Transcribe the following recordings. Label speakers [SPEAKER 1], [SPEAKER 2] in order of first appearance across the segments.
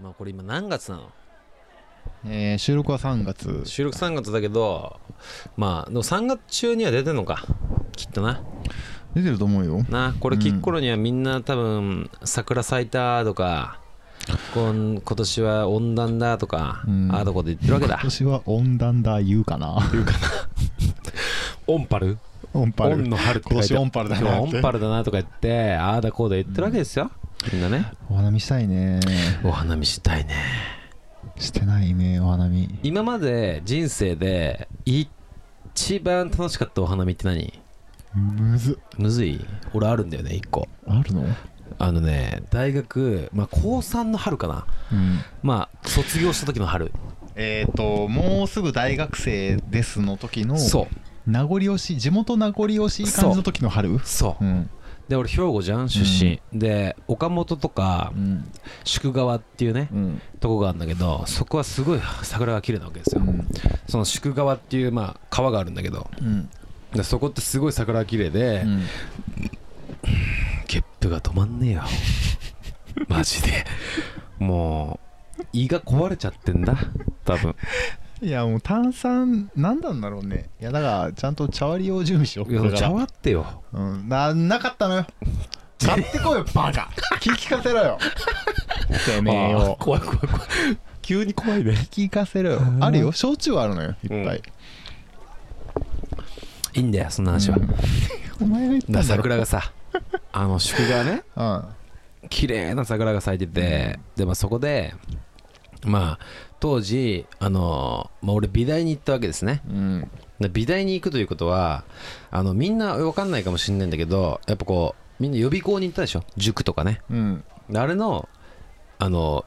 [SPEAKER 1] まあこれ今何月なの
[SPEAKER 2] えー収録は3月
[SPEAKER 1] 収録3月だけどまあでも3月中には出てんのかきっとな
[SPEAKER 2] 出てると思うよ
[SPEAKER 1] なこれ聞く頃にはみんな多分桜咲いたとか、こん今年は温暖だとか、
[SPEAKER 2] うん
[SPEAKER 1] ああどこで言ってるわけだ
[SPEAKER 2] 今年は温暖だ言うか な
[SPEAKER 1] オンパル
[SPEAKER 2] オンパ
[SPEAKER 1] オン
[SPEAKER 2] ル
[SPEAKER 1] の春って書いてある
[SPEAKER 2] 今年オンパルだな
[SPEAKER 1] 今日
[SPEAKER 2] って
[SPEAKER 1] オンパルだなとか言ってああだこうだ言ってるわけですよ、みんなね
[SPEAKER 2] お花見したいね
[SPEAKER 1] お花見したいね
[SPEAKER 2] してないねお花見
[SPEAKER 1] 今まで人生で一番楽しかったお花見って何
[SPEAKER 2] むずっ
[SPEAKER 1] むずい俺あるんだよね一個
[SPEAKER 2] あるのうん
[SPEAKER 1] あのね大学、まあ、高3の春かなまあ卒業した時の春
[SPEAKER 2] えっ、ともうすぐ大学生ですの時の
[SPEAKER 1] そう
[SPEAKER 2] 名残惜しい地元名残惜しい感じの時の春う
[SPEAKER 1] そうんで俺兵庫じゃん出身、で岡本とか
[SPEAKER 2] うん
[SPEAKER 1] 宿川っていうね
[SPEAKER 2] うん
[SPEAKER 1] とこがあるんだけどそこはすごい桜が綺麗なわけですよ、その宿川っていうまあ川があるんだけど
[SPEAKER 2] うん
[SPEAKER 1] でそこってすごい桜が綺麗で、
[SPEAKER 2] うん
[SPEAKER 1] ゲップが止まん ねえよマジでもう胃が壊れちゃってんだ多分
[SPEAKER 2] いやもう炭酸なんなんだろうねいやだからちゃんと茶割りを準備しよう
[SPEAKER 1] いや
[SPEAKER 2] これから
[SPEAKER 1] 茶割ってよ
[SPEAKER 2] うん、ななかったの よ買ってこいよバカ 聞きかせろよてめえ
[SPEAKER 1] あー
[SPEAKER 2] よ
[SPEAKER 1] 怖い怖い怖い急に怖いね
[SPEAKER 2] 聞きかせろよあるよ焼酎はあるのよいっぱい、
[SPEAKER 1] いいんだよそんな話は、
[SPEAKER 2] うん
[SPEAKER 1] だか
[SPEAKER 2] お前が言ったんだ
[SPEAKER 1] ら
[SPEAKER 2] ろ
[SPEAKER 1] 桜がさ あの宿川ね
[SPEAKER 2] うん
[SPEAKER 1] 綺麗な桜が咲いてて、でまあそこでまあ当時あのまあ俺美大に行ったわけですね
[SPEAKER 2] うん
[SPEAKER 1] で美大に行くということはあのみんな分かんないかもしれないんだけどやっぱこうみんな予備校に行ったでしょ塾とかね
[SPEAKER 2] うん
[SPEAKER 1] であれのあの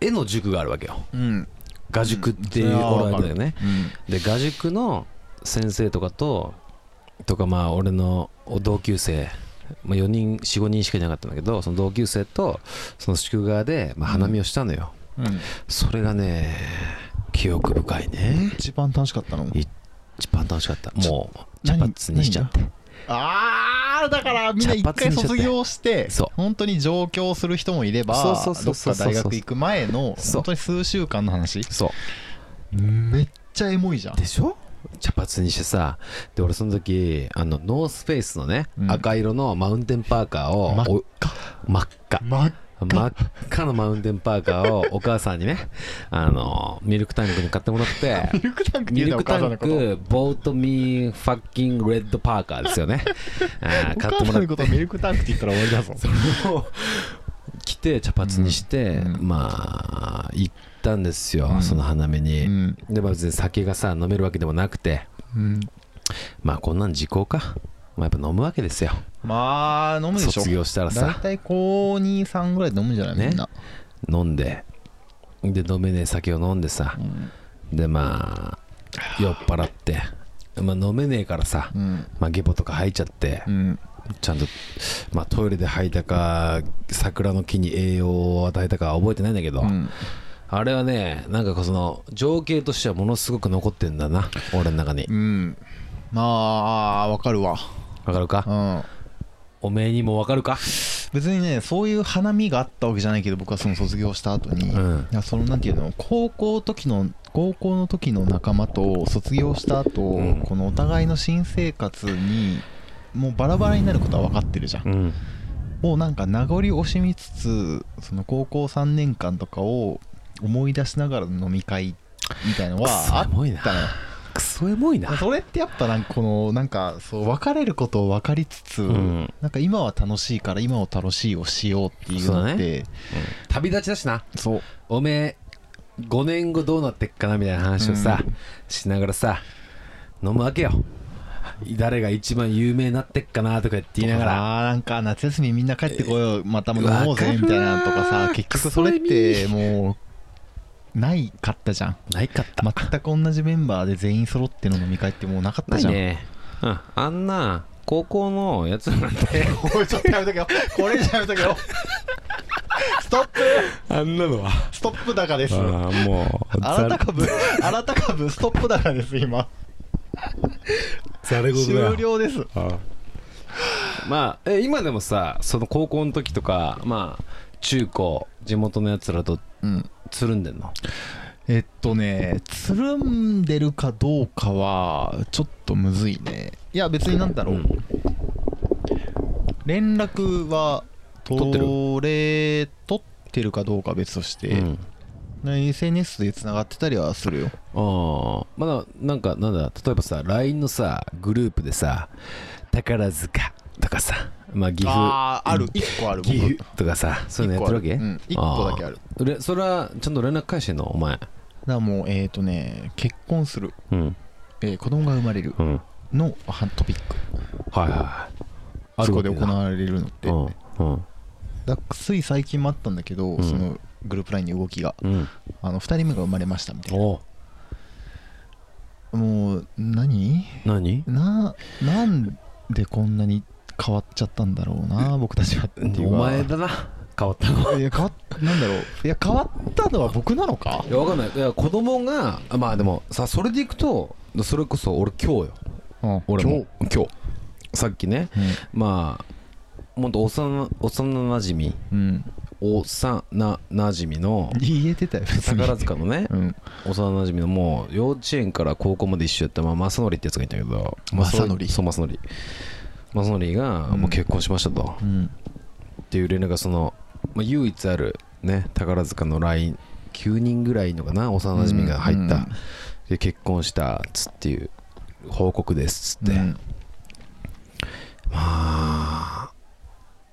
[SPEAKER 1] 絵の塾があるわけよ
[SPEAKER 2] うん
[SPEAKER 1] 画塾っていう
[SPEAKER 2] それは
[SPEAKER 1] 俺
[SPEAKER 2] わ
[SPEAKER 1] は
[SPEAKER 2] かる
[SPEAKER 1] だよねで画塾の先生とかととかまあ俺の同級生、まあ、4人45人しかいなかったんだけどその同級生とその宿側でまあ花見をしたのよ、
[SPEAKER 2] うん
[SPEAKER 1] それがね記憶深いね
[SPEAKER 2] 一番楽しかったの
[SPEAKER 1] 一番楽しかったもう
[SPEAKER 2] ち
[SPEAKER 1] 茶
[SPEAKER 2] ょ
[SPEAKER 1] 髪にしちゃって
[SPEAKER 2] あーだからみんな一
[SPEAKER 1] 茶髪
[SPEAKER 2] 回
[SPEAKER 1] にしちゃって
[SPEAKER 2] 卒業して
[SPEAKER 1] そう
[SPEAKER 2] 本当に上京する人もいれば
[SPEAKER 1] そうそうそ
[SPEAKER 2] ど
[SPEAKER 1] う
[SPEAKER 2] っ
[SPEAKER 1] そう
[SPEAKER 2] か
[SPEAKER 1] そう
[SPEAKER 2] 大学行く前の
[SPEAKER 1] そう
[SPEAKER 2] 本当に数週間の話
[SPEAKER 1] そう
[SPEAKER 2] めっちゃエモいじゃん
[SPEAKER 1] でしょ茶髪にしてさで俺その時あのノースフェイスのね、
[SPEAKER 2] うん
[SPEAKER 1] 赤色のマウンテンパーカーを
[SPEAKER 2] 真っ赤
[SPEAKER 1] お真っ赤
[SPEAKER 2] 真っ
[SPEAKER 1] 真っ赤のマウンテンパーカーをお母さんに ねあのミルクタンクに買ってもらって
[SPEAKER 2] ミルクタンクって
[SPEAKER 1] ミ
[SPEAKER 2] 言う
[SPEAKER 1] ル
[SPEAKER 2] なお
[SPEAKER 1] クタ
[SPEAKER 2] 母さんの
[SPEAKER 1] ン
[SPEAKER 2] こと
[SPEAKER 1] クボートミーファッキングレッドパーカーですよ ねあー買っ
[SPEAKER 2] お母
[SPEAKER 1] ても
[SPEAKER 2] さ
[SPEAKER 1] らっ
[SPEAKER 2] んのことをミルクタンクって言ったら終わりだぞ
[SPEAKER 1] てを着て茶髪にして、
[SPEAKER 2] うんうん
[SPEAKER 1] まあ行ったんですよ、
[SPEAKER 2] うん
[SPEAKER 1] その花見
[SPEAKER 2] う
[SPEAKER 1] に、
[SPEAKER 2] ん
[SPEAKER 1] でまあ別に酒がさ飲めるわけでもなくて
[SPEAKER 2] うん
[SPEAKER 1] まあこんなん時効か、まあ、やっぱ飲むわけですよ
[SPEAKER 2] まあ飲むでしょ
[SPEAKER 1] 卒業したら
[SPEAKER 2] 大
[SPEAKER 1] さ
[SPEAKER 2] 体高23ぐらいで飲むんじゃない
[SPEAKER 1] ね
[SPEAKER 2] みんな
[SPEAKER 1] 飲んでで飲めねえ酒を飲んでさ
[SPEAKER 2] うん
[SPEAKER 1] でまあ酔っ払って、まあ、飲めねえからさ、
[SPEAKER 2] うん
[SPEAKER 1] まあ、ゲボとか吐いちゃって
[SPEAKER 2] うん
[SPEAKER 1] ちゃんと、まあ、トイレで吐いたか桜の木に栄養を与えたかは覚えてないんだけど、
[SPEAKER 2] うん
[SPEAKER 1] あれはねなんかその情景としてはものすごく残ってんだな俺の中に
[SPEAKER 2] うんまあわかるわ
[SPEAKER 1] わかるか
[SPEAKER 2] うん
[SPEAKER 1] おめえにもわかるか
[SPEAKER 2] 別にねそういう花見があったわけじゃないけど僕はその卒業した後に、
[SPEAKER 1] うん
[SPEAKER 2] いやそのなんていうの高校時の高校の時の仲間と卒業した後、
[SPEAKER 1] ん
[SPEAKER 2] このお互いの新生活にもうバラバラになることは分かってるじゃん、
[SPEAKER 1] うん
[SPEAKER 2] もうなんか名残惜しみつつその高校3年間とかを思い出しながらの飲み会みたいの
[SPEAKER 1] ク
[SPEAKER 2] は
[SPEAKER 1] ソ
[SPEAKER 2] あ
[SPEAKER 1] エモいな
[SPEAKER 2] ったのよ
[SPEAKER 1] クソエモいな
[SPEAKER 2] それってやっぱなんかこのなんかそう別れることを分かりつつ、
[SPEAKER 1] うん
[SPEAKER 2] なんか今は楽しいから今を楽しいをしようっていうのって
[SPEAKER 1] 旅立ちだしな
[SPEAKER 2] そう,、
[SPEAKER 1] おめえ5年後どうなってっかなみたいな話をさ、
[SPEAKER 2] う
[SPEAKER 1] しながらさ飲むわけよ誰が一番有名になってっかなとか言って言いながら
[SPEAKER 2] あーなんか夏休みみんな帰ってこよう、またもう飲もうぜみたいなのとか
[SPEAKER 1] わかる
[SPEAKER 2] さ
[SPEAKER 1] わ
[SPEAKER 2] 結局それってもうないかったじゃん
[SPEAKER 1] ないかった、
[SPEAKER 2] 全く同じメンバーで全員揃っての飲み会ってもうなかった
[SPEAKER 1] ない
[SPEAKER 2] じゃん
[SPEAKER 1] ね、うん、あんな高校のやつなんて
[SPEAKER 2] おいちょっとやめとけよこれじゃやめとけよストップ
[SPEAKER 1] あんなのは
[SPEAKER 2] ストップ高ですあ
[SPEAKER 1] あもう
[SPEAKER 2] らたかぶあらたかぶストップ高です今
[SPEAKER 1] ざれ事だよ
[SPEAKER 2] 終了です
[SPEAKER 1] まあえ今でもさその高校の時とかまあ中高地元のやつらと
[SPEAKER 2] うん
[SPEAKER 1] つるんでんの
[SPEAKER 2] えっとねつるんでるかどうかはちょっとむずいねいや別になんだろう、
[SPEAKER 1] ん
[SPEAKER 2] 連絡は
[SPEAKER 1] 取ってる
[SPEAKER 2] れ取ってるかどうかは別として、
[SPEAKER 1] うん
[SPEAKER 2] ね SNS でつながってたりはするよ
[SPEAKER 1] ああまだなんかなんだ例えばさ LINE のさグループでさ宝塚とかさまあ岐阜
[SPEAKER 2] ああある1個ある
[SPEAKER 1] 岐阜とかさそういうのやってるわけ、
[SPEAKER 2] うん、1個だけある
[SPEAKER 1] れそれはちゃんと連絡返してんのお前
[SPEAKER 2] だからもうえっ、とね結婚する、
[SPEAKER 1] うん
[SPEAKER 2] えー子供が生まれる
[SPEAKER 1] うんはい
[SPEAKER 2] のはトピック
[SPEAKER 1] はいはい
[SPEAKER 2] そこで行
[SPEAKER 1] っ
[SPEAKER 2] われるのって、
[SPEAKER 1] うんうん
[SPEAKER 2] だつい最近もあったんだけど、
[SPEAKER 1] うん
[SPEAKER 2] そのグループラインに動きが
[SPEAKER 1] うん
[SPEAKER 2] あの2人目が生まれましたみたい
[SPEAKER 1] お
[SPEAKER 2] なもう何
[SPEAKER 1] 何
[SPEAKER 2] ななんでこんなに変わっちゃったんだろうな僕たちはっていう
[SPEAKER 1] お
[SPEAKER 2] か
[SPEAKER 1] 前だな変わったの
[SPEAKER 2] いや変わっなんだろういや変わったのは僕なのか
[SPEAKER 1] いやわかんないいや子供があまあでもさそれでいくとそれこそ俺今日よ
[SPEAKER 2] うん
[SPEAKER 1] 俺
[SPEAKER 2] 今
[SPEAKER 1] も今日さっきね
[SPEAKER 2] 日
[SPEAKER 1] まあほんと幼幼なじみ
[SPEAKER 2] うん、
[SPEAKER 1] 幼なじみの
[SPEAKER 2] うん、言えてたよ別に
[SPEAKER 1] 宝塚のね
[SPEAKER 2] うん
[SPEAKER 1] 幼なじみのもう幼稚園から高校まで一緒やった、まあ、正則ってやつがいたんだけど
[SPEAKER 2] 正
[SPEAKER 1] 則
[SPEAKER 2] 則
[SPEAKER 1] そう正則正則が
[SPEAKER 2] うん
[SPEAKER 1] もう結婚しましたと、
[SPEAKER 2] う
[SPEAKER 1] っ
[SPEAKER 2] ん
[SPEAKER 1] ていう連絡がその、まあ、唯一あるね宝塚の LINE9 人ぐらいいんのかな幼なじみが入った、
[SPEAKER 2] うん
[SPEAKER 1] で結婚したっつっていう報告ですっつって、
[SPEAKER 2] うん
[SPEAKER 1] まあ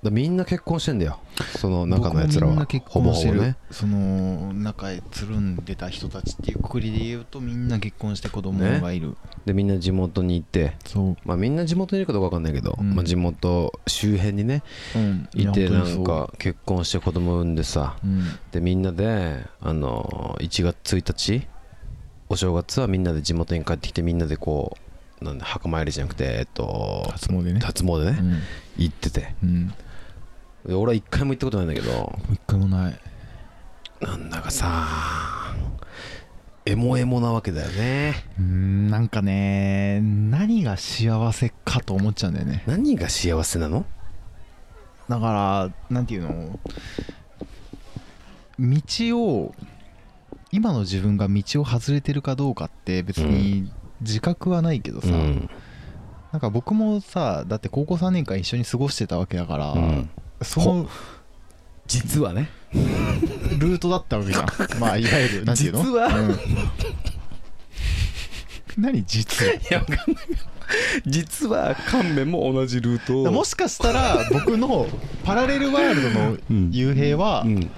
[SPEAKER 1] だみんな結婚してんだよその中のやつらは
[SPEAKER 2] 僕もみんな結
[SPEAKER 1] ほぼ
[SPEAKER 2] 婚し
[SPEAKER 1] ほ
[SPEAKER 2] て
[SPEAKER 1] ぼ
[SPEAKER 2] る
[SPEAKER 1] ね
[SPEAKER 2] その中へつるんでた人たちっていうくくりで言うとみんな結婚して子供がいる、
[SPEAKER 1] でみんな地元に行って
[SPEAKER 2] そう、
[SPEAKER 1] まあみんな地元にいるかどうかわかんないけど、
[SPEAKER 2] うん
[SPEAKER 1] まあ、地元周辺にね
[SPEAKER 2] うん、
[SPEAKER 1] いて
[SPEAKER 2] や
[SPEAKER 1] な
[SPEAKER 2] 本当にそ
[SPEAKER 1] ん
[SPEAKER 2] う
[SPEAKER 1] か結婚して子供産んでさ
[SPEAKER 2] うん
[SPEAKER 1] でみんなであのー1月1日お正月はみんなで地元に帰ってきてみんなでこうなんだ墓参りじゃなくてえっと
[SPEAKER 2] 初詣ね
[SPEAKER 1] 初詣ね行ってて
[SPEAKER 2] うん、うん、も
[SPEAKER 1] で俺は一回も行ったことないんだけど
[SPEAKER 2] う一回もない
[SPEAKER 1] なんだかさエモエモなわけだよね
[SPEAKER 2] うんなんかね何が幸せかと思っちゃうんだよね
[SPEAKER 1] 何が幸せなの
[SPEAKER 2] だからなんていうの道を今の自分が道を外れてるかどうかって別に自覚はないけどさ、
[SPEAKER 1] うん
[SPEAKER 2] なんか僕もさだって高校3年間一緒に過ごしてたわけだから、
[SPEAKER 1] うん
[SPEAKER 2] その
[SPEAKER 1] 実はね
[SPEAKER 2] ルートだったわけじゃ んまあいわゆるなんていうの
[SPEAKER 1] 実は
[SPEAKER 2] うん 何実は
[SPEAKER 1] 実は乾麺も同じルート
[SPEAKER 2] もしかしたら僕のパラレルワールド
[SPEAKER 1] う
[SPEAKER 2] の
[SPEAKER 1] ん
[SPEAKER 2] 幽閉は
[SPEAKER 1] うん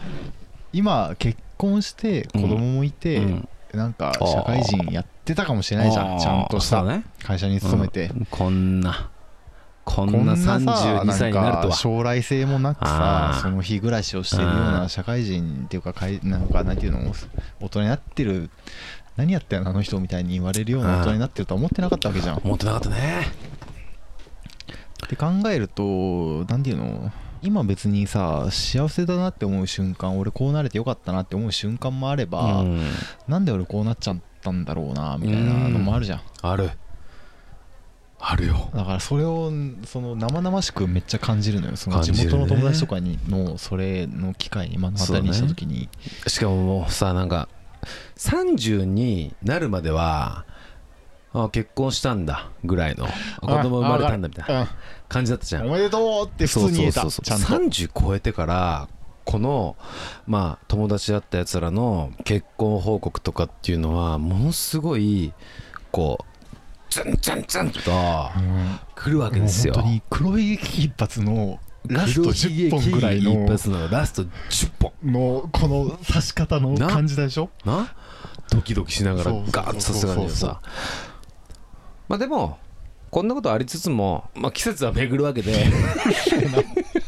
[SPEAKER 2] 今結婚して子供もいて、
[SPEAKER 1] うん
[SPEAKER 2] なんか社会人やってたかもしれないじゃ
[SPEAKER 1] あ
[SPEAKER 2] ん
[SPEAKER 1] ー
[SPEAKER 2] ちゃんとし
[SPEAKER 1] そうだ
[SPEAKER 2] た
[SPEAKER 1] ね
[SPEAKER 2] 会社に勤めて、
[SPEAKER 1] うんこんなこん
[SPEAKER 2] こん
[SPEAKER 1] な
[SPEAKER 2] なさ
[SPEAKER 1] 32歳になると
[SPEAKER 2] ん
[SPEAKER 1] は
[SPEAKER 2] か将来性もなくさ
[SPEAKER 1] あー
[SPEAKER 2] その日暮らしをしてるよう
[SPEAKER 1] あー
[SPEAKER 2] な社会人っていうかかいなんかなんていうの大人になってる何やってんのあの人みたいに言われるような大人になってるとは思ってなかったわけじゃんっ
[SPEAKER 1] 思ってなかったね
[SPEAKER 2] て考えるとなんていうの今別にさ幸せだなって思う瞬間俺こうなれてよかったなって思う瞬間もあれば、
[SPEAKER 1] うん
[SPEAKER 2] なんで俺こうなっちゃったんだろうなみたいなのもあるじゃん
[SPEAKER 1] あるあるよ
[SPEAKER 2] だからそれをその生々しくめっちゃ感じるのよその
[SPEAKER 1] 感
[SPEAKER 2] 地
[SPEAKER 1] じるね
[SPEAKER 2] 元の友達とかにのそれの機会に目の当たりにした時に
[SPEAKER 1] しかももうさなんか30になるまではあ結婚したんだぐらいの子供生まれたんだみたいな
[SPEAKER 2] な
[SPEAKER 1] 感じだったじゃん
[SPEAKER 2] おめでとうって普通に言えた
[SPEAKER 1] そうそうそ
[SPEAKER 2] ちゃ
[SPEAKER 1] うんそう
[SPEAKER 2] と
[SPEAKER 1] 30超えてからこのまあ友達だったやつらの結婚報告とかっていうのはものすごいこうツンツンツンと来るわけ
[SPEAKER 2] もう
[SPEAKER 1] ですよ
[SPEAKER 2] 本当に黒い一発のラスト10本ぐら
[SPEAKER 1] 黒ひげ
[SPEAKER 2] い
[SPEAKER 1] 危機一
[SPEAKER 2] の
[SPEAKER 1] 発のラスト10本
[SPEAKER 2] のこの刺し方の
[SPEAKER 1] な
[SPEAKER 2] 感じでしょ
[SPEAKER 1] なドキドキしながら
[SPEAKER 2] そうそうそうそう
[SPEAKER 1] ガーッとさすがにさまあでもこんなことありつつも、まあ、季節は巡るわけで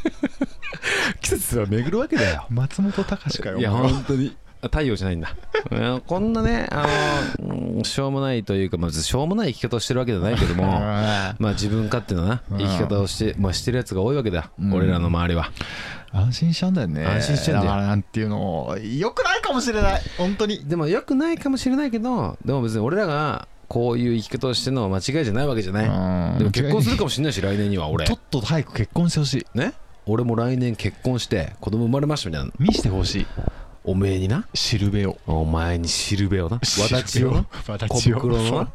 [SPEAKER 1] 季節は巡るわけだよ
[SPEAKER 2] 松本隆かよ
[SPEAKER 1] いや
[SPEAKER 2] お前は
[SPEAKER 1] 本当にあ太陽じ ゃないんだうんこんなねあの、うんしょうもないというか、まあ、しょうもない生き方をしてるわけじゃないけ ども
[SPEAKER 2] あ
[SPEAKER 1] まあ自分勝手なな
[SPEAKER 2] う
[SPEAKER 1] 生
[SPEAKER 2] ん
[SPEAKER 1] き方をして,、まあ、してるやつが多いわけだ、
[SPEAKER 2] うん
[SPEAKER 1] 俺らの周りは
[SPEAKER 2] ー安心しちゃうんだよね
[SPEAKER 1] 安心しちゃうんだよ
[SPEAKER 2] だからなんていうのよくないかもしれない本当に
[SPEAKER 1] でも良くないかもしれないけどでも別に俺らがこういう生き方をしてるのは間違いじゃないわけじゃないで
[SPEAKER 2] で
[SPEAKER 1] も結婚するかもしれないし来年には俺
[SPEAKER 2] とっとと早く結婚してほしい
[SPEAKER 1] ね俺も来年結婚して子供生まれましたみたいな
[SPEAKER 2] 見してほしい
[SPEAKER 1] おめえにな
[SPEAKER 2] しるべを
[SPEAKER 1] お前にしるべをなわだちをな
[SPEAKER 2] わだ
[SPEAKER 1] 小
[SPEAKER 2] ちを
[SPEAKER 1] 袋のな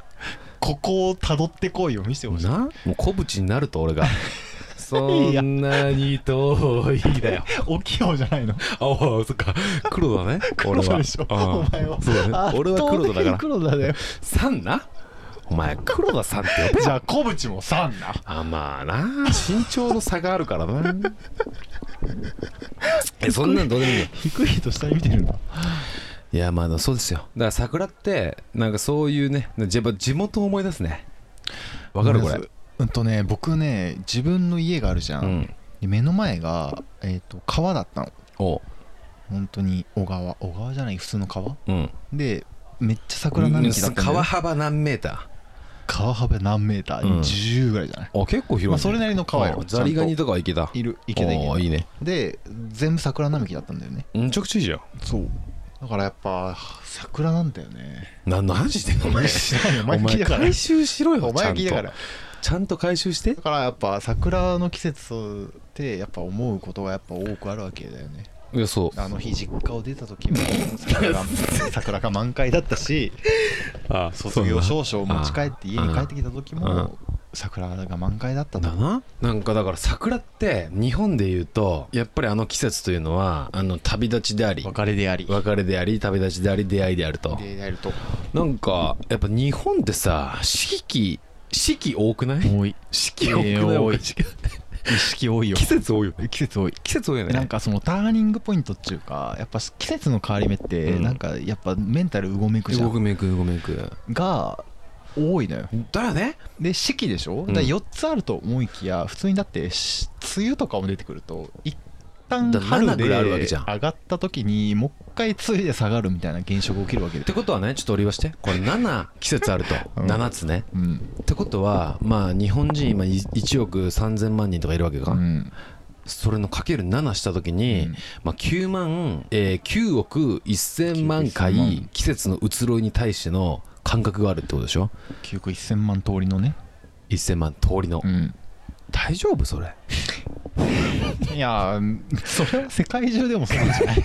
[SPEAKER 2] ここをたどってこいよ見せてほしい
[SPEAKER 1] なもう小渕になると俺が そんなに遠いだよ
[SPEAKER 2] 大きい方じゃないの
[SPEAKER 1] ああそっか黒だね
[SPEAKER 2] 黒
[SPEAKER 1] 俺は
[SPEAKER 2] でしょ
[SPEAKER 1] うん
[SPEAKER 2] お前は
[SPEAKER 1] そうだね俺は黒田だから
[SPEAKER 2] 黒だ よ
[SPEAKER 1] さんなお前黒田さんって呼べ
[SPEAKER 2] じゃあ小渕もさんな
[SPEAKER 1] あまあな身長の差があるからな えそんなんどうでもいいよ
[SPEAKER 2] 低いと下に見てるんだ
[SPEAKER 1] いやまあそうですよだから桜ってなんかそういうねじゃ地元を思い出すねわかるこれ
[SPEAKER 2] うんとね僕ね自分の家があるじゃ、
[SPEAKER 1] うんん
[SPEAKER 2] で目の前が、えー、と川だったの
[SPEAKER 1] おう
[SPEAKER 2] 本当に小川小川じゃない普通の川
[SPEAKER 1] うん
[SPEAKER 2] でめっちゃ桜並木だったんだよ
[SPEAKER 1] 川幅何メータ
[SPEAKER 2] 川幅何メーター、
[SPEAKER 1] うん
[SPEAKER 2] 10ぐらいじゃない、
[SPEAKER 1] ーあ結構広いね、
[SPEAKER 2] まあ、それなりの川よ
[SPEAKER 1] あザリガニとかはいけた
[SPEAKER 2] いる池で
[SPEAKER 1] おーいいね
[SPEAKER 2] で全部桜並木だったんだよね
[SPEAKER 1] めちゃくちゃいいじゃん
[SPEAKER 2] そうだからやっぱ桜なんだよね
[SPEAKER 1] な何してんのお前
[SPEAKER 2] 知らんよお
[SPEAKER 1] お
[SPEAKER 2] 前
[SPEAKER 1] 前
[SPEAKER 2] 聞いたから
[SPEAKER 1] 回収しろよ
[SPEAKER 2] お前聞い
[SPEAKER 1] ちゃんと
[SPEAKER 2] たから
[SPEAKER 1] ちゃんと回収して
[SPEAKER 2] だからやっぱ桜の季節ってやっぱ思うことがやっぱ多くあるわけだよね
[SPEAKER 1] いやそう
[SPEAKER 2] あの日実家を出た時も桜が桜が満開だったし
[SPEAKER 1] あ
[SPEAKER 2] 卒業証書を持ち帰って家に帰ってきた時
[SPEAKER 1] うん
[SPEAKER 2] も桜が満開だったと
[SPEAKER 1] だななんかだから桜って日本で言うとやっぱりあの季節というのはあの旅立ちであり
[SPEAKER 2] 別れであり
[SPEAKER 1] 別れであり旅立ちであり出会いであると
[SPEAKER 2] でやると
[SPEAKER 1] なんかやっぱ日本ってさ四季四季多くない
[SPEAKER 2] 多い
[SPEAKER 1] 四季多くない
[SPEAKER 2] えー多い
[SPEAKER 1] おかしくない
[SPEAKER 2] 意識多いよ
[SPEAKER 1] 季節多いよね
[SPEAKER 2] 季節多い
[SPEAKER 1] 季節多いよね
[SPEAKER 2] なんかそのターニングポイントっていうかやっぱ季節の変わり目って
[SPEAKER 1] うん
[SPEAKER 2] なんかやっぱメンタルうごめくじゃ
[SPEAKER 1] 動く
[SPEAKER 2] ん
[SPEAKER 1] めく動くめく
[SPEAKER 2] が多いのよ
[SPEAKER 1] だよね
[SPEAKER 2] で四季でしょ
[SPEAKER 1] ん
[SPEAKER 2] だ4つあると思いきや普通にだってし梅雨とかも出てくると一旦
[SPEAKER 1] だから
[SPEAKER 2] 春
[SPEAKER 1] 七
[SPEAKER 2] で
[SPEAKER 1] ぐらいあるわけ
[SPEAKER 2] 上
[SPEAKER 1] じゃん
[SPEAKER 2] がった時にもう一回梅雨で下がるみたいな現象が起きるわけ
[SPEAKER 1] っ
[SPEAKER 2] で
[SPEAKER 1] てことはねちょっと折りましてこれ7季節あると
[SPEAKER 2] うん
[SPEAKER 1] 7つね
[SPEAKER 2] うん
[SPEAKER 1] ってことはまあ日本人今1億3000万人とかいるわけ
[SPEAKER 2] う
[SPEAKER 1] か
[SPEAKER 2] ん
[SPEAKER 1] それのかける7した時
[SPEAKER 2] う
[SPEAKER 1] に
[SPEAKER 2] ん
[SPEAKER 1] まあ、9万、えー9億1000万
[SPEAKER 2] 9億1000
[SPEAKER 1] 回
[SPEAKER 2] 万
[SPEAKER 1] 季節の移ろいに対しての感覚があるってことでしょ
[SPEAKER 2] 9億1000万通りのね
[SPEAKER 1] 1000万通りの、
[SPEAKER 2] うん
[SPEAKER 1] 大丈夫それ
[SPEAKER 2] いや ーそれは世界中でもそうなんじゃない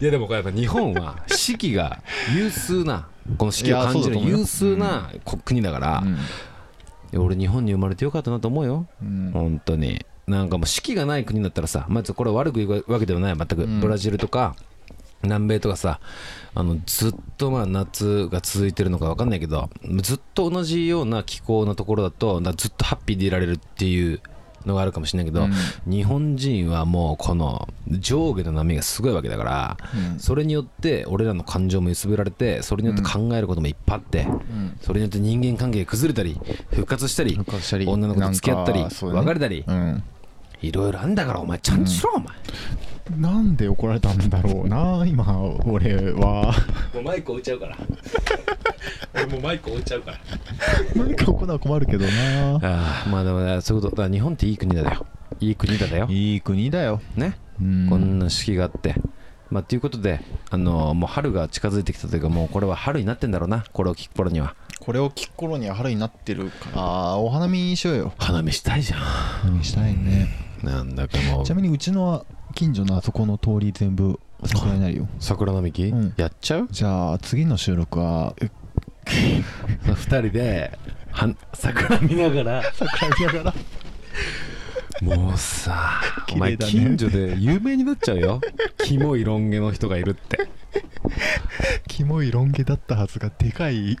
[SPEAKER 1] いやでもこれやっぱ日本は四季が優秀なこの四季を
[SPEAKER 2] いや
[SPEAKER 1] 感じる
[SPEAKER 2] そうだと思うよ
[SPEAKER 1] 優秀なこ国だから、いや俺日本に生まれてよかったなと思うよ
[SPEAKER 2] うん
[SPEAKER 1] 本当になんかもう四季がない国だったらさまずこれ悪く言うわけではない全く、
[SPEAKER 2] うん
[SPEAKER 1] ブラジルとか南米とかさあのずっとまあ夏が続いてるのか分かんないけどずっと同じような気候のところだとなずっとハッピーでいられるっていうのがあるかもしれないけど、日本人はもうこの上下の波がすごいわけだから
[SPEAKER 2] うん
[SPEAKER 1] それによって俺らの感情も揺すべられてそれによって考えることもいっぱいあって、
[SPEAKER 2] うん
[SPEAKER 1] それによって人間関係が崩れたり復活したり
[SPEAKER 2] 昔より
[SPEAKER 1] 女の子と付き合ったり
[SPEAKER 2] なんかそうだね
[SPEAKER 1] 別れたり
[SPEAKER 2] うん
[SPEAKER 1] いろいろあんだからお前ちゃんとしろ、お前
[SPEAKER 2] なんで怒られたんだろうな今俺は
[SPEAKER 1] もうマイク置いちゃうから俺もうマイク置いちゃうから
[SPEAKER 2] 何か行うのは困るけど な
[SPEAKER 1] ああまあでもねそういうことだから日本っていい国だよいい国だだよ
[SPEAKER 2] いい国だよ
[SPEAKER 1] ね、
[SPEAKER 2] うん
[SPEAKER 1] こんな四季があってまあということであのーもう春が近づいてきたというかもうこれは春になってんだろうなこれを聞く頃には
[SPEAKER 2] これを聞く頃には春になってるからお花見しようよ
[SPEAKER 1] 花見したいじゃ
[SPEAKER 2] したいね
[SPEAKER 1] んなんだかもう
[SPEAKER 2] ちなみにうちの近所のあそこの通り全部桜になるよ
[SPEAKER 1] 桜並木、
[SPEAKER 2] うん
[SPEAKER 1] やっちゃう
[SPEAKER 2] じゃあ次の収録はえ
[SPEAKER 1] 2人では桜見ながら
[SPEAKER 2] 桜見ながら
[SPEAKER 1] もう さ、お
[SPEAKER 2] 綺麗
[SPEAKER 1] 前
[SPEAKER 2] だね
[SPEAKER 1] 近所で有名になっちゃう よ。キモいロン毛の人がいるって。
[SPEAKER 2] キモいロン毛だったはずがでかい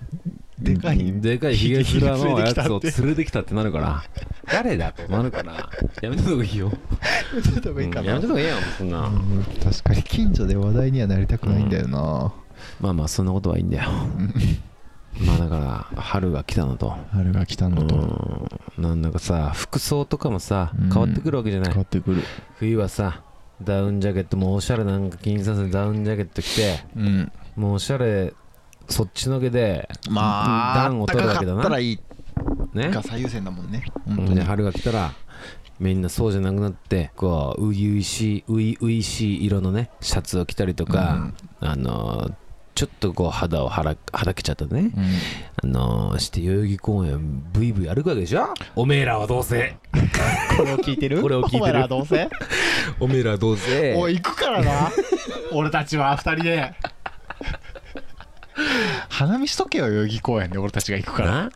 [SPEAKER 2] でかい、
[SPEAKER 1] でかいヒゲ面のやつを連れてきたってなるから。誰だとなるから。やめた方がいいよ。
[SPEAKER 2] ちょっと
[SPEAKER 1] うん
[SPEAKER 2] いい
[SPEAKER 1] や
[SPEAKER 2] か
[SPEAKER 1] めた
[SPEAKER 2] な、
[SPEAKER 1] 方がいいよ、そんな。
[SPEAKER 2] うん確かに近所で話題にはなりたくないんだよな、
[SPEAKER 1] まあまあ、そんなことはいいん だよ。まあだから、春が来たのと。
[SPEAKER 2] 春が来たのと
[SPEAKER 1] うんなんだかさ、服装とかもさ、
[SPEAKER 2] うん
[SPEAKER 1] 変わってくるわけじゃな
[SPEAKER 2] 変わ
[SPEAKER 1] い。
[SPEAKER 2] ってくる
[SPEAKER 1] 冬はさ、ダウンジャケットもおしゃれなんか気にさせてダウンジャケット着て、
[SPEAKER 2] うん
[SPEAKER 1] もうおしゃれ、そっちのけで、
[SPEAKER 2] まあ
[SPEAKER 1] 暖を取るわけだな
[SPEAKER 2] 暖かかったらいい
[SPEAKER 1] ね。
[SPEAKER 2] が最優先だもんね本当
[SPEAKER 1] で
[SPEAKER 2] に
[SPEAKER 1] 春が来たらみんなそうじゃなくなってこう初々しいういういしい色のねシャツを着たりとか、あのーちょっとこう肌をはらはだけちゃったね、
[SPEAKER 2] うん
[SPEAKER 1] あのー、して代々木公園ブイブイ歩くわけでしょおめえらはどうせ
[SPEAKER 2] これを聞いてる
[SPEAKER 1] これを聞いてる
[SPEAKER 2] お前らどうせ
[SPEAKER 1] おめえらはどうせ
[SPEAKER 2] おい行くから な俺たちは二人で花見しとけよ代々木公園で俺たちが行くから
[SPEAKER 1] な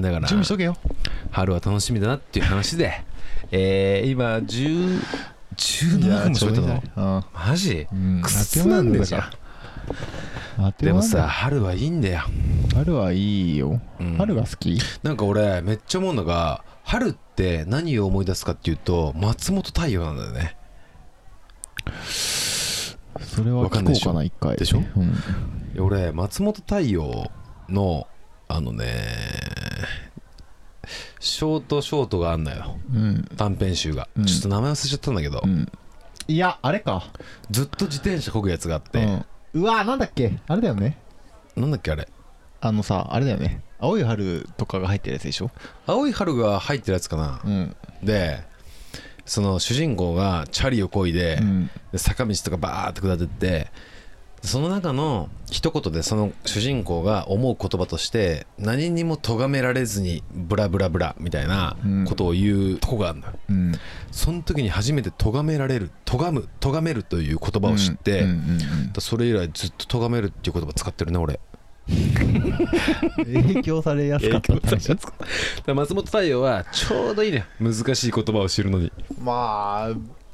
[SPEAKER 1] だから
[SPEAKER 2] 準備しとけよ
[SPEAKER 1] 春は楽しみだなっていう話でえー、今10 17分も喋ったの
[SPEAKER 2] の
[SPEAKER 1] マジ
[SPEAKER 2] うん
[SPEAKER 1] くっそなんで
[SPEAKER 2] だ
[SPEAKER 1] じ
[SPEAKER 2] か
[SPEAKER 1] ゃん
[SPEAKER 2] らあ
[SPEAKER 1] でもさ春はいいんだよ、
[SPEAKER 2] 春はいいよ
[SPEAKER 1] うん
[SPEAKER 2] 春が好き
[SPEAKER 1] なんか俺めっちゃ思うのが春って何を思い出すかっていうと松本太陽なんだよね
[SPEAKER 2] それ
[SPEAKER 1] わ
[SPEAKER 2] は
[SPEAKER 1] かん
[SPEAKER 2] 聞
[SPEAKER 1] ない
[SPEAKER 2] こ
[SPEAKER 1] で
[SPEAKER 2] う
[SPEAKER 1] しょ
[SPEAKER 2] かな一回
[SPEAKER 1] でしょ
[SPEAKER 2] うん
[SPEAKER 1] 俺松本太陽のあのねショートショートがあんだよ
[SPEAKER 2] うん
[SPEAKER 1] 短編集が、
[SPEAKER 2] うん
[SPEAKER 1] ちょっと名前忘れちゃったんだけど、
[SPEAKER 2] うんいやあれか
[SPEAKER 1] ずっと自転車こぐやつがあっ
[SPEAKER 2] う
[SPEAKER 1] て、
[SPEAKER 2] んうわなんだっけあれだよね
[SPEAKER 1] なんだっけあれ
[SPEAKER 2] あのさあれだよね青い春とかが入ってるやつでしょ
[SPEAKER 1] 青い春が入ってるやつかな、
[SPEAKER 2] うん
[SPEAKER 1] でその主人公がチャリをこいで,、
[SPEAKER 2] うん
[SPEAKER 1] で坂道とかバーって下ってってその中の一言でその主人公が思う言葉として何にも咎められずにブラブラブラみたいなことを言うとこがあるのよ、
[SPEAKER 2] うん
[SPEAKER 1] その時に初めて咎められる咎む咎めるという言葉を知って、
[SPEAKER 2] うんうんうん
[SPEAKER 1] だそれ以来ずっと咎めるっていう言葉使ってるね俺
[SPEAKER 2] 影響されやすかったって話
[SPEAKER 1] だから松本太陽はちょうどいいね難しい言葉を知るのに
[SPEAKER 2] ま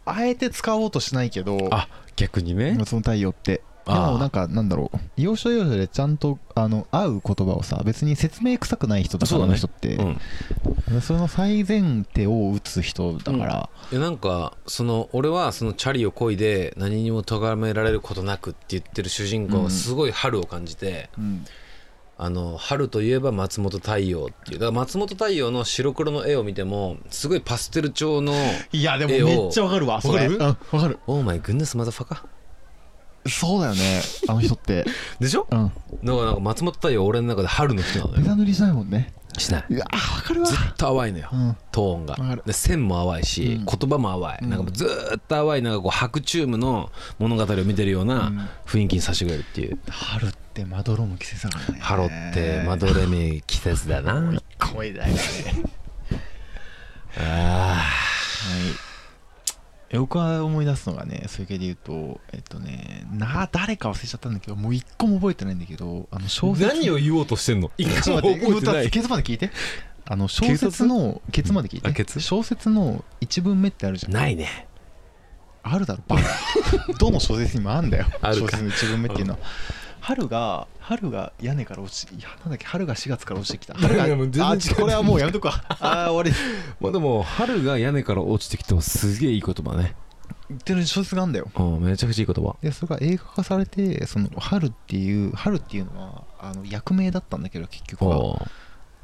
[SPEAKER 2] ああえて使おうとしないけど
[SPEAKER 1] あ逆にね
[SPEAKER 2] その太陽ってで
[SPEAKER 1] あー
[SPEAKER 2] もなんかなんだろう要所要所でちゃんとあの合う言葉をさ別に説明臭くない人だか
[SPEAKER 1] そう
[SPEAKER 2] ら
[SPEAKER 1] だ
[SPEAKER 2] あ
[SPEAKER 1] ね
[SPEAKER 2] の人って
[SPEAKER 1] うん
[SPEAKER 2] その最前提を打つ人だから、
[SPEAKER 1] いやなんかその俺はそのチャリを漕いで何にも咎められることなくって言ってる主人公
[SPEAKER 2] う
[SPEAKER 1] が
[SPEAKER 2] ん
[SPEAKER 1] すごい春を感じて、
[SPEAKER 2] うん
[SPEAKER 1] あの春といえば松本太陽っていうだから松本太陽の白黒の絵を見てもすごいパステル調 の
[SPEAKER 2] いやで
[SPEAKER 1] ええよ
[SPEAKER 2] もめっちゃわかるわそれ
[SPEAKER 1] わかる
[SPEAKER 2] うんわかる
[SPEAKER 1] 「オーマイグンネスマザファカ
[SPEAKER 2] そうだよねあの人って」
[SPEAKER 1] でしょ
[SPEAKER 2] うん
[SPEAKER 1] だからなんか松本太陽は俺の中で春の人なの
[SPEAKER 2] ベ
[SPEAKER 1] よ
[SPEAKER 2] タ塗りしないもんね
[SPEAKER 1] しないう
[SPEAKER 2] わーわかるわ
[SPEAKER 1] ずっと淡いのよ
[SPEAKER 2] うん
[SPEAKER 1] トーンが
[SPEAKER 2] わかる
[SPEAKER 1] で線も淡いし、
[SPEAKER 2] うん
[SPEAKER 1] 言葉も淡い、
[SPEAKER 2] うん
[SPEAKER 1] なんかもうずーっと淡いなんかこう白チュームの物語を見てるよう
[SPEAKER 2] うん
[SPEAKER 1] な雰囲気に差し上げるっていう、
[SPEAKER 2] 春ってまどろむ季節だからね
[SPEAKER 1] ハロってまどれめ季節だな
[SPEAKER 2] 恋だよね
[SPEAKER 1] あ
[SPEAKER 2] はいえ僕は思い出すのがねそういう系で言うとえっとねな誰か忘れちゃったんだけどもう一個も覚えてないんだけどあの小説
[SPEAKER 1] 何を言おうとしてんの一
[SPEAKER 2] ち
[SPEAKER 1] 回も
[SPEAKER 2] ょっと待って
[SPEAKER 1] 覚えてな
[SPEAKER 2] ちょっと待
[SPEAKER 1] い
[SPEAKER 2] ってケツまで聞いてあの小説のケツまで聞い
[SPEAKER 1] あ
[SPEAKER 2] て
[SPEAKER 1] ケツ
[SPEAKER 2] 小説の一文目ってあるじゃん
[SPEAKER 1] ないね
[SPEAKER 2] あるだろバカ どの小説にもあんだよ
[SPEAKER 1] ある
[SPEAKER 2] 小
[SPEAKER 1] か
[SPEAKER 2] 説の一文目っていうのは春が春が屋根から落ちいやなんだっけ春が4月から落ちてきた春が
[SPEAKER 1] いやもう全然
[SPEAKER 2] あちょっとこれはもうやめとくわ あー終わり
[SPEAKER 1] まあでも春が屋根から落ちてきてもすげえいい言葉ね
[SPEAKER 2] っていう小説があんだよ
[SPEAKER 1] うんめちゃくちゃいい言葉
[SPEAKER 2] でそれが映画化されてその春っていう春っていうのはあの役名だったんだけど結局は
[SPEAKER 1] おう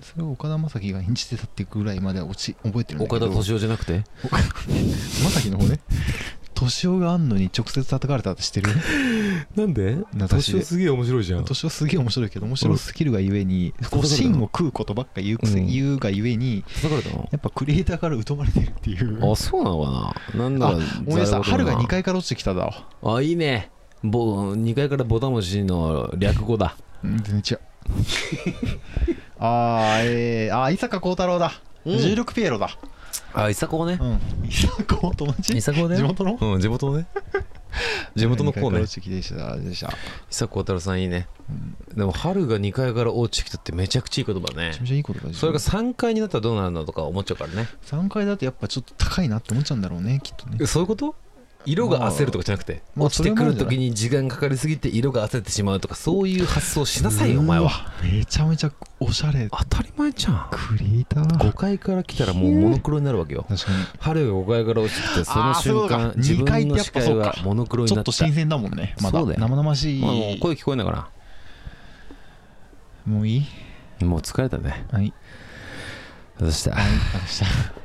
[SPEAKER 2] それを岡田将生が演じてたっていうぐらいまでは落ち覚えてるんだけ
[SPEAKER 1] 岡
[SPEAKER 2] ど
[SPEAKER 1] 田敏夫じゃなくて
[SPEAKER 2] 岡田将生の方ね敏夫があんのに直接叩かれたって知ってる
[SPEAKER 1] なんで
[SPEAKER 2] 私で
[SPEAKER 1] げえ面白いじゃ
[SPEAKER 2] 敏夫すげえ面白いけど面白すぎるがゆえにこう芯を食うことばっか言う,、
[SPEAKER 1] うん
[SPEAKER 2] 言うがゆえに
[SPEAKER 1] 叩かれたの
[SPEAKER 2] やっぱクリエイターから疎まれてるっていう
[SPEAKER 1] あそうなのかななんだ
[SPEAKER 2] あ
[SPEAKER 1] か
[SPEAKER 2] 思い出した
[SPEAKER 1] ざる事
[SPEAKER 2] 春が
[SPEAKER 1] だな
[SPEAKER 2] 2階から落ちてきただわ
[SPEAKER 1] あいいねぼ2階からボタン押しの略語だ
[SPEAKER 2] うん全然違う あーえー、あー伊坂幸太郎だ、
[SPEAKER 1] うん
[SPEAKER 2] 16ピエロだ
[SPEAKER 1] あいさこね
[SPEAKER 2] うん伊坂幸友達
[SPEAKER 1] いさこね
[SPEAKER 2] 地元の
[SPEAKER 1] うん地元のね地元の
[SPEAKER 2] 二階
[SPEAKER 1] 子
[SPEAKER 2] から
[SPEAKER 1] ね
[SPEAKER 2] 落ちてきてでしたでした
[SPEAKER 1] 久子太郎さんいいね、でも春が2階から落ちてきたってめちゃくちゃいい言葉ね
[SPEAKER 2] めちゃめちゃいいことだ
[SPEAKER 1] それが3階になったらどうなるのとか思っちゃうからね
[SPEAKER 2] 3階だとやっぱちょっと高いなって思っちゃうんだろうねきっとね
[SPEAKER 1] そういうこと色が焦るとかじゃなくて、
[SPEAKER 2] まあ
[SPEAKER 1] 落ちてくる
[SPEAKER 2] それもあるんじゃな
[SPEAKER 1] 時
[SPEAKER 2] い
[SPEAKER 1] に時間かかりすぎて色が焦ってしまうとかそういう発想しなさいよお前
[SPEAKER 2] う
[SPEAKER 1] は
[SPEAKER 2] わめちゃめちゃおしゃれ
[SPEAKER 1] 当たり前じゃん
[SPEAKER 2] クリエイター
[SPEAKER 1] 5階から来たらもうモノクロになるわけよ
[SPEAKER 2] 確かに
[SPEAKER 1] 春が5階から落ちてきてその
[SPEAKER 2] あーそう
[SPEAKER 1] 瞬
[SPEAKER 2] いうこと
[SPEAKER 1] 間
[SPEAKER 2] か
[SPEAKER 1] 自分の視
[SPEAKER 2] 二階って
[SPEAKER 1] 界
[SPEAKER 2] やっぱそう
[SPEAKER 1] は
[SPEAKER 2] か
[SPEAKER 1] モノクロに
[SPEAKER 2] ちょ
[SPEAKER 1] なった
[SPEAKER 2] っと新鮮だもんねまだ
[SPEAKER 1] そうだよ
[SPEAKER 2] 生々しい
[SPEAKER 1] まあもう声聞こえないか
[SPEAKER 2] もういい
[SPEAKER 1] らもう疲れたね
[SPEAKER 2] はい
[SPEAKER 1] どうした
[SPEAKER 2] はいありがとうございました